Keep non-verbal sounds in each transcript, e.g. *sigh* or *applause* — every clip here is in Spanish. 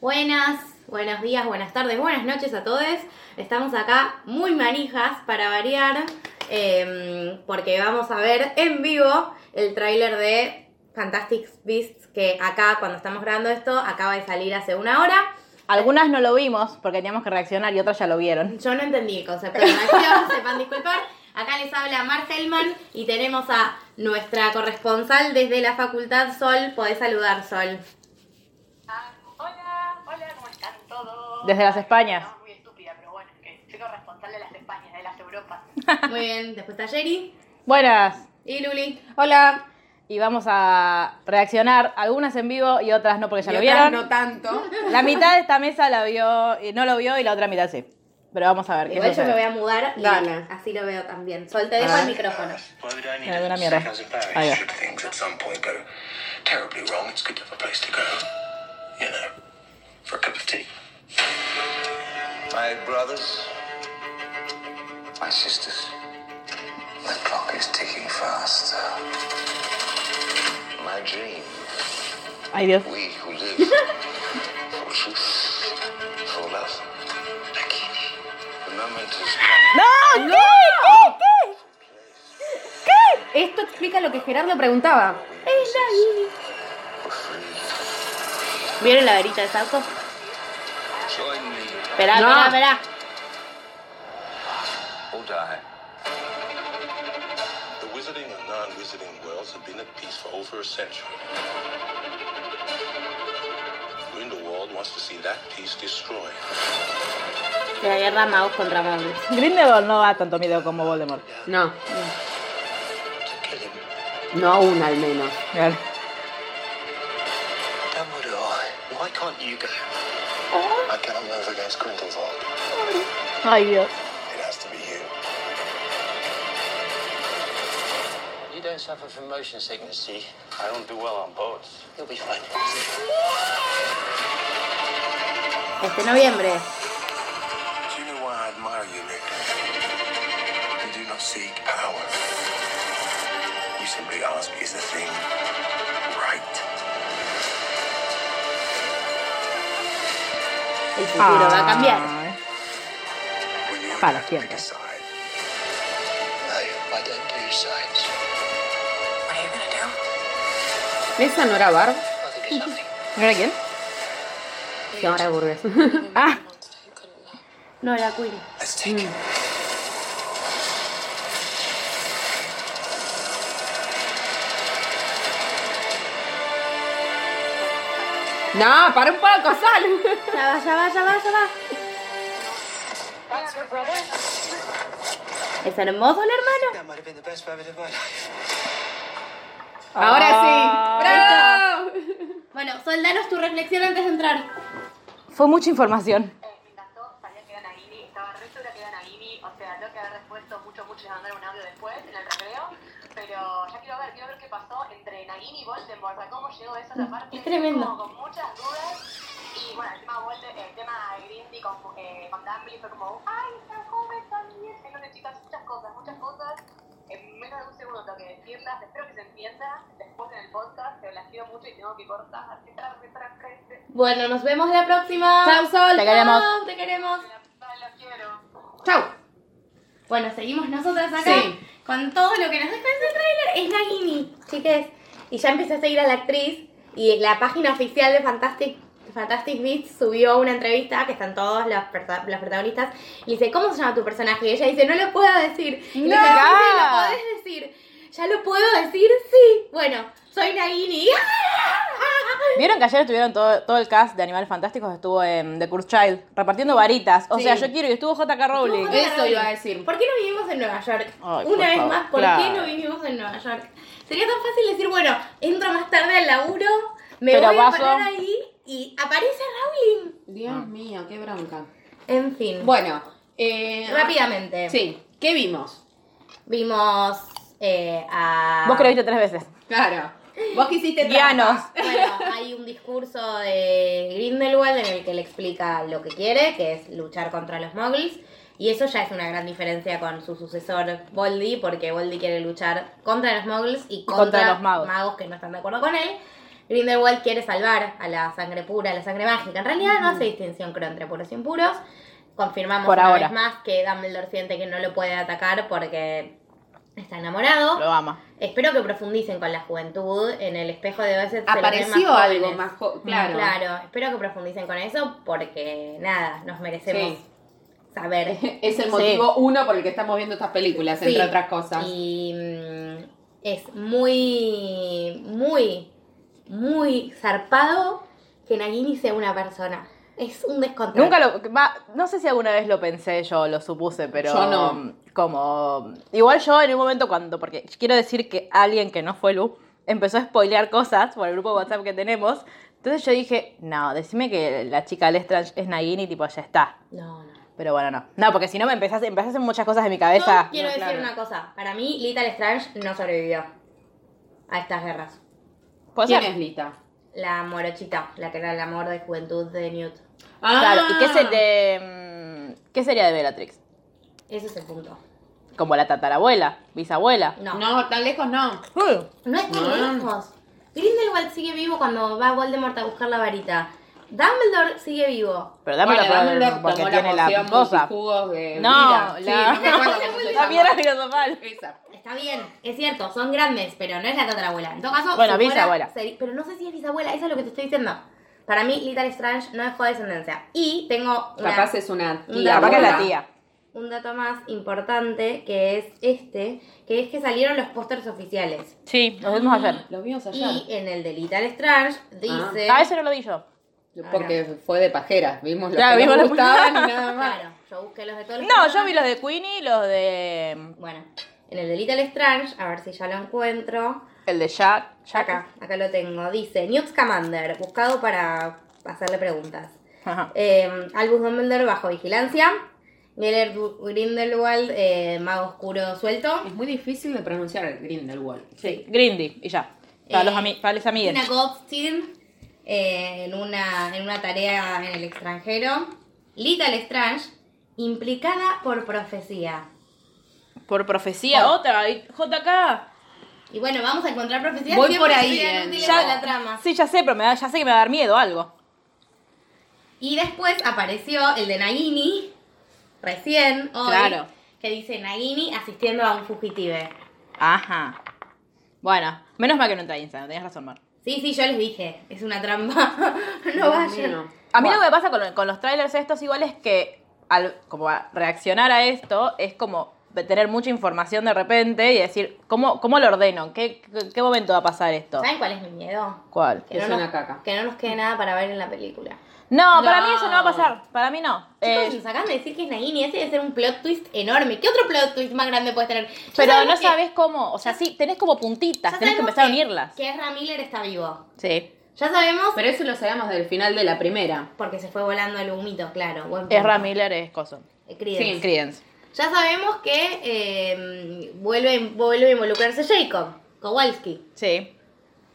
Buenas, buenos días, buenas tardes, buenas noches a todos. Estamos acá muy manijas para variar, eh, porque vamos a ver en vivo el tráiler de Fantastic Beasts, que acá cuando estamos grabando esto acaba de salir hace una hora. Algunas no lo vimos porque teníamos que reaccionar y otras ya lo vieron. Yo no entendí el concepto de la acción, sepan disculpar. Acá les habla Mar Hellman y tenemos a nuestra corresponsal desde la Facultad Sol. Podés saludar, Sol. Hola, hola, ¿cómo están todos? Desde las Españas. No, muy estúpida, pero bueno, es que soy corresponsal de las Españas, de las Europas. Muy bien, después está Jerry Buenas. y Luli. Hola. Y vamos a reaccionar algunas en vivo y otras no porque ya Y lo otras vieron. No tanto. La mitad de esta mesa la vio, y no lo vio y la otra mitad sí. Pero vamos a ver qué Igual yo sucede. me voy a mudar y Dale. así lo veo también. Sol, te dejo el micrófono. Why did I need Yeah, a una mierda. second marriage? Ah, yeah. Should things at some point go terribly wrong, it's good to have a place to go. You know, for a cup of tea. My brothers, my sisters. The clock is ticking faster. My dream, Ay Dios. we who live for truth, for love. Lakini, the moment has come. ¡No! ¿Qué? ¿Qué? ¿Qué? Esto explica lo que Gerardo preguntaba. ¿Vieron la verita de Sauco? Join me Esperá, No, esperá, esperá. verá. or die. The wizarding and non-wizarding worlds have been at peace for over a century. Grindelwald wants to see that peace destroyed. La guerra Maus contra Maus. Grindelwald no da tanto miedo como Voldemort. No, To kill him, no aún al menos. Claro. Dumbledore, why can't you go? I cannot move against Grindelwald. Oh, Ay Dios. It has to be you. You don't suffer from motion sickness, see? I don't do well on boats. You'll be fine. Este noviembre. Do you know why I admire you, Nick? You do not seek power. You simply ask, is the thing right? El futuro Ah. va a cambiar. When you Para have to siempre. decide. No, I don't do sides. What are you gonna do? ¿Esa no era Mm. Barb? I'll think of something. ¿No era quién? Sí, ahora Burgess. Ah, No, la Queen. Let's take him. No, para un poco, sal. Ya va, ya va, ya va, ya va. ¿Es hermoso el hermano? That might have been the best rabbit of my life. Ah. Ahora sí. ¡Bravo! Bueno, Sol, danos tu reflexión antes de entrar. fue mucha información. Me encantó, sabía que iban a Gimi, estaba re segura que iban a Gimi, o sea, no que haber respuesto mucho, mucho, les mandaron un audio después en el recreo, pero ya quiero ver, quiero ver qué pasó entre Nagini y Voldemort, o sea, cómo llegó eso a la parte. Es tremendo. Como con muchas dudas, y bueno, el tema, Voldemort, el tema de Grindy con, eh, con Dumbledore fue como, ay, tan joven, tan vieja, no sé, chicas, muchas cosas, muchas cosas. En menos de un segundo tengo que decirlas, espero que se entienda después en el podcast, pero las quiero mucho y tengo que cortar, *laughs* así que frente. Bueno, nos vemos la próxima. Chau, Sol. Te queremos. Chau, te queremos. Las quiero. Chau. Bueno, seguimos nosotras acá Sí. con todo lo que nos deja ese tráiler. Es Nagini, chiques. Y ya empecé a seguir a la actriz y en la página oficial de Fantastic, Fantastic Beasts subió una entrevista que están todos los, perta- los protagonistas. Y le dice, ¿cómo se llama tu personaje? Y ella dice, no lo puedo decir. Y le dice, No. "Sí, sí, lo podés decir. Ya lo puedo decir, sí. Bueno, soy Nagini. ¡Ah! Vieron que ayer estuvieron todo, todo el cast de Animales Fantásticos, estuvo en The Curse Child, repartiendo varitas. O Sí. sea, yo quiero, y estuvo J.K. Rowling. Estuvo Eso iba a decir. ¿Por qué no vivimos en Nueva York? Ay, por Una vez favor, más, ¿por claro. qué no vivimos en Nueva York? Sería tan fácil decir, bueno, entro más tarde al laburo, me Pero voy paso- a parar ahí y aparece Rowling. Ah. Dios mío, qué bronca. En fin. Bueno, eh, rápidamente. Sí, ¿qué vimos? Vimos eh, a. Vos que lo viste tres veces. Claro. Vos que hiciste Guianos. trampa. Bueno, hay un discurso de Grindelwald en el que le explica lo que quiere, que es luchar contra los muggles. Y eso ya es una gran diferencia con su sucesor Boldy, porque Boldy quiere luchar contra los muggles y contra, Contra los magos. que no están de acuerdo con él. Grindelwald quiere salvar a la sangre pura, a la sangre mágica. En realidad no hace distinción creo entre puros y impuros. Confirmamos Por una ahora. vez más que Dumbledore siente que no lo puede atacar porque está enamorado. Lo ama. Espero que profundicen con la juventud. En el espejo de veces Apareció algo más jo- Claro. claro. claro, espero que profundicen con eso porque nada, nos merecemos Sí. saber. *laughs* Es el motivo uno por el que estamos viendo estas películas, Sí. entre otras cosas. Y mm, es muy, muy, muy zarpado que Nagini sea una persona. Es un descontrol. Nunca lo. va, no sé si alguna vez lo pensé yo, lo supuse, pero. Yo no. Como. Igual yo en un momento cuando. Porque quiero decir que alguien que no fue Lu empezó a spoilear cosas por el grupo de WhatsApp que tenemos. Entonces yo dije, no, decime que la chica Lestrange es Nagini, tipo, ya está. No, no. Pero bueno, no. No, porque si no me empezás, empezás en muchas cosas de mi Yo cabeza. quiero decir una cosa. Para mí, Little Strange no sobrevivió a estas guerras. Puede ¿Quién ser. es Lita? La morochita, la que era el amor de juventud de Newt. Claro, ¿y qué, se te de, mm, qué sería de Bellatrix? Ese es el punto. Como la tatarabuela, bisabuela. No. No, Ah, No, tan lejos no. es tan No. lejos. Grindelwald sigue vivo cuando va Voldemort a buscar la varita. Dumbledore sigue vivo. Pero dame Bueno, la Dumbledore porque tomó tiene poción la cosa. multijugos de No, vida. la- Sí, no *laughs* me acuerdo cómo se La llama. piedra filosofal. Esa. Está bien, es cierto, son grandes, pero no es la tatarabuela. En todo caso, Bueno, fuera- bisabuela. seri- pero no sé si es bisabuela, eso es lo que te estoy diciendo. Para mí, Little Strange no dejó descendencia. Y tengo una- Capaz es una Una- tía. Capaz que es la abuela. tía. un dato más importante que es este, que es que salieron los pósters oficiales. Sí, nos vimos ayer. Los vimos Y eh, allá. en el de Little Strange dice... Eh, A Ah, ese no lo vi yo. Porque fue de pajeras. Vimos los ah, Claro, que vimos nos los- gustaban *laughs* y nada más. Claro, yo busqué los de todos los Ah, No, personajes. yo vi los de Queenie y los de. mm, Bueno, en el de Little Strange, a ver si ya lo encuentro. El de Jack. Acá, acá lo tengo. Dice, Newt Scamander, buscado para hacerle preguntas. Ajá. Eh, Albus Dumbledore bajo vigilancia. Miller Du- Grindelwald, eh, mago oscuro suelto. Es muy difícil de pronunciar el Grindelwald. Sí. Grindy y ya. Para, Eh, los ami- para los Una amigues. Goldstein eh, en, una, en una tarea en el extranjero. Little Strange, implicada por profecía. Por profecía, Oh. otra. y JK. Y bueno, vamos a encontrar profecías. Voy siempre por que ahí, sean eh. útiles Ya- para la trama. Sí, ya sé, pero me da- ya sé que me va a dar miedo algo. Y después apareció el de Nagini, recién, hoy, Claro. que dice Nagini asistiendo a un fugitive. Ajá. Bueno, menos mal que no entra a Instagram, tenías razón, Mar. Sí, sí, yo les dije, es una trampa, *laughs* no vayan. A mí lo que me pasa con, con los trailers estos igual es que al como a reaccionar a esto es como tener mucha información de repente y decir, ¿cómo, cómo lo ordeno? ¿En qué, qué- qué momento va a pasar esto? ¿Saben cuál es mi miedo? ¿Cuál? Que es nos, una caca. que no nos quede nada para ver en la película. No, para No. mí eso no va a pasar. Para mí no. Eh, Chicos, nos acaban de decir que es Nagini, ese debe ser un plot twist enorme. ¿Qué otro plot twist más grande puedes tener? Ya pero no que- sabes cómo. O sea, sí, tenés como ya puntitas, tenés sabemos que empezar a unirlas. Que Ezra Miller está vivo. Sí. Ya sabemos, Pero eso lo sabemos del final de la primera. porque se fue volando el humito, claro. buen punto. Ezra Miller es coso. Eh, Creedence. Sí, Credence. Ya sabemos que eh, vuelve, vuelve a involucrarse Jacob, Kowalski. Sí.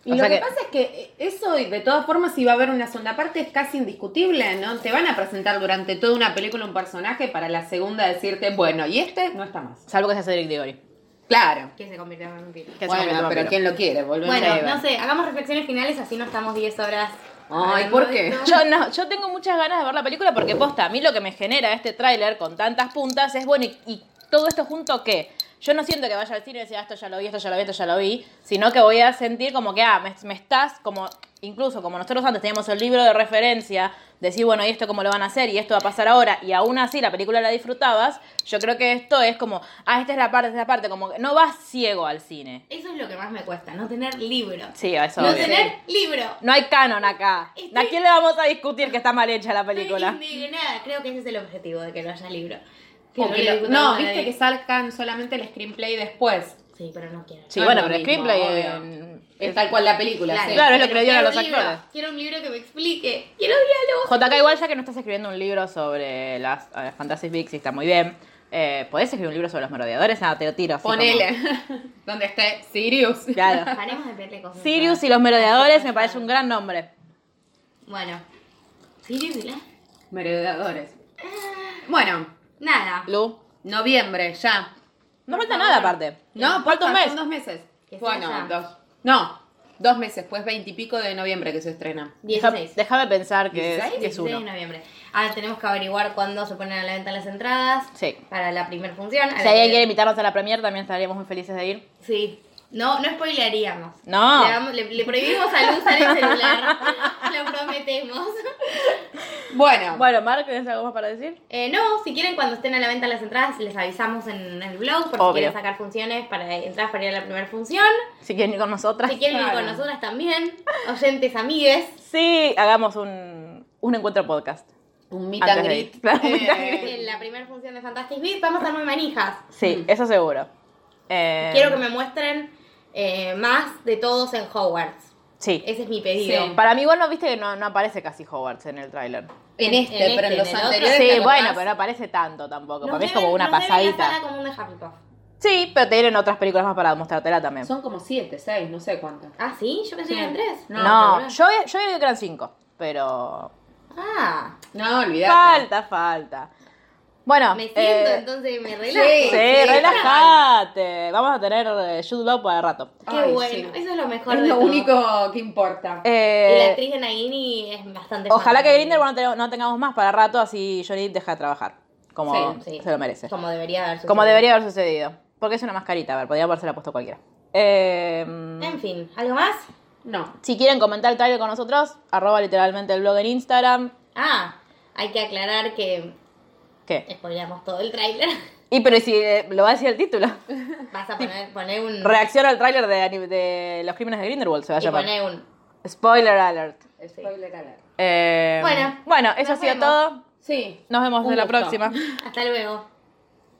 Y O lo sea que, que- pasa es que eso, y de todas formas, si va a haber una segunda parte, es casi indiscutible, ¿no? Te van a presentar durante toda una película un personaje para la segunda decirte, bueno, y este no está más. Salvo que sea Cedric Diggory. Claro. Que se convirtió en vampiro. Que se convirtió en bueno, pero vampiro. ¿quién lo quiere? Volvemos Bueno, a ver. no sé, hagamos reflexiones finales, así no estamos 10 horas. Ay, hablando ¿por de qué? esto. Yo no, yo tengo muchas ganas de ver la película porque posta, a mí lo que me genera este tráiler con tantas puntas es bueno, y, y todo esto junto qué? Yo no siento que vaya al cine y decir, "Ah, esto ya lo vi, esto ya lo vi, esto ya lo vi, sino que voy a sentir como que, ah, me, me estás como incluso como nosotros antes teníamos el libro de referencia, decir, bueno, ¿y esto cómo lo van a hacer? ¿Y esto va a pasar ahora? Y aún así la película la disfrutabas, yo creo que esto es como, ah, esta es la parte, esta es la parte, como que no vas ciego al cine. Eso es lo que más me cuesta, no tener libro. Sí, eso. no obvio. tener libro. No hay canon acá. Estoy- ¿A quién le vamos a discutir que está mal hecha la Estoy película? indignada. Creo que ese es el objetivo de que no haya libro. Que O no que le lo- discutamos no, a viste nadie. que sacan solamente el screenplay después. Sí, pero no quiero. Sí, No bueno, es lo pero el mismo, screenplay obvio. en- Es tal cual la película, sí. Claro, es lo que le pero dieron a los quiero un libro. actores. Quiero un libro que me explique. Quiero diálogo. JK, igual ya que no estás escribiendo un libro sobre las eh, Fantasy Beasts y está muy bien, eh, ¿podés escribir un libro sobre los merodeadores? Ah, te lo tiro. así Ponele. *laughs* como- Donde esté Sirius. *laughs* Claro. Paremos de verle cosas. Sirius y los merodeadores me parece un gran nombre. Bueno. Sirius y la... Meredadores. Bueno, Nada. Lu. noviembre, ya. No falta nada aparte. Eh, No, falta un posta, mes. son dos meses. Que sea Bueno, ya. dos. No, dos meses, pues veintipico de noviembre que se estrena. 16. Déjame pensar que es, que es 16 de uno. noviembre. Ah, tenemos que averiguar cuándo se ponen a la venta las entradas. Sí. Para la primera función. a Si la alguien que- quiere invitarnos a la premier, también estaríamos muy felices de ir. Sí. No, no spoilearíamos. No. Le, damos- le- le prohibimos a Luz usar el celular. *laughs* Lo prometemos. Bueno, Bueno, Mark, ¿tenés algo más para decir? Eh, no, si quieren, cuando estén a la venta las entradas, les avisamos en el blog por Obvio. si quieren sacar funciones para entradas para ir a la primera función. Si quieren ir con nosotras. Si quieren ir con nosotras también, oyentes, amigues. Sí, hagamos un, un encuentro podcast. un meet Antes and de ir. greet. Ah, *laughs* Claro, un Eh, meet and En la primera función de Fantastic Beasts vamos a estar muy manijas. Sí, eso seguro. Eh, Quiero que me muestren eh, más de todos en Hogwarts. Sí. Ese es mi pedido. Sí. Para mí igual no viste que no, no aparece casi Hogwarts en el tráiler. En este, en pero este, en los en el otro. anteriores. Sí, ¿te acordás? bueno, pero no aparece tanto tampoco. Nos Para mí es deben- como una nos deben la pasadita. sala común de Hufflepuff. Sí, pero te dieron otras películas más para mostrártela también. Son como siete, seis, no sé cuántas. Ah, sí, yo pensé que eran tres. No, no. yo, yo digo que eran cinco, pero... Ah, No, olvidate. Falta, falta. Bueno, me siento eh, entonces, me relajo. Sí, Sí, sí, relájate. Vamos a tener eh, Jude Law para rato. Qué Ay, bueno, sí. eso es lo mejor Es de lo todo. único que importa. Y la Eh, actriz de Nagini es bastante ojalá fan de que Grindelwald Nagini. no, te- no tengamos más para rato, así Johnny Depp deja de trabajar. Como Sí, sí. se lo merece. Como debería haber Como sucedido. debería haber sucedido. Porque es una mascarita, a ver, podría haberse la puesto cualquiera. Eh, En fin, ¿algo más? No. si quieren comentar el trailer con nosotros, arroba literalmente el blog en Instagram. Ah, hay que aclarar que ¿Qué? spoilamos todo el tráiler. Y pero si eh, lo va a decir el *laughs* título. Vas a poner, poner un... Reacción al tráiler de, ani- de Los Crímenes de Grindelwald, se va a y llamar. poner un... Spoiler alert. Spoiler alert. Eh, Bueno, bueno, eso ha nos sido vemos. todo. Sí. Nos vemos Un en la gusto. próxima. Hasta luego.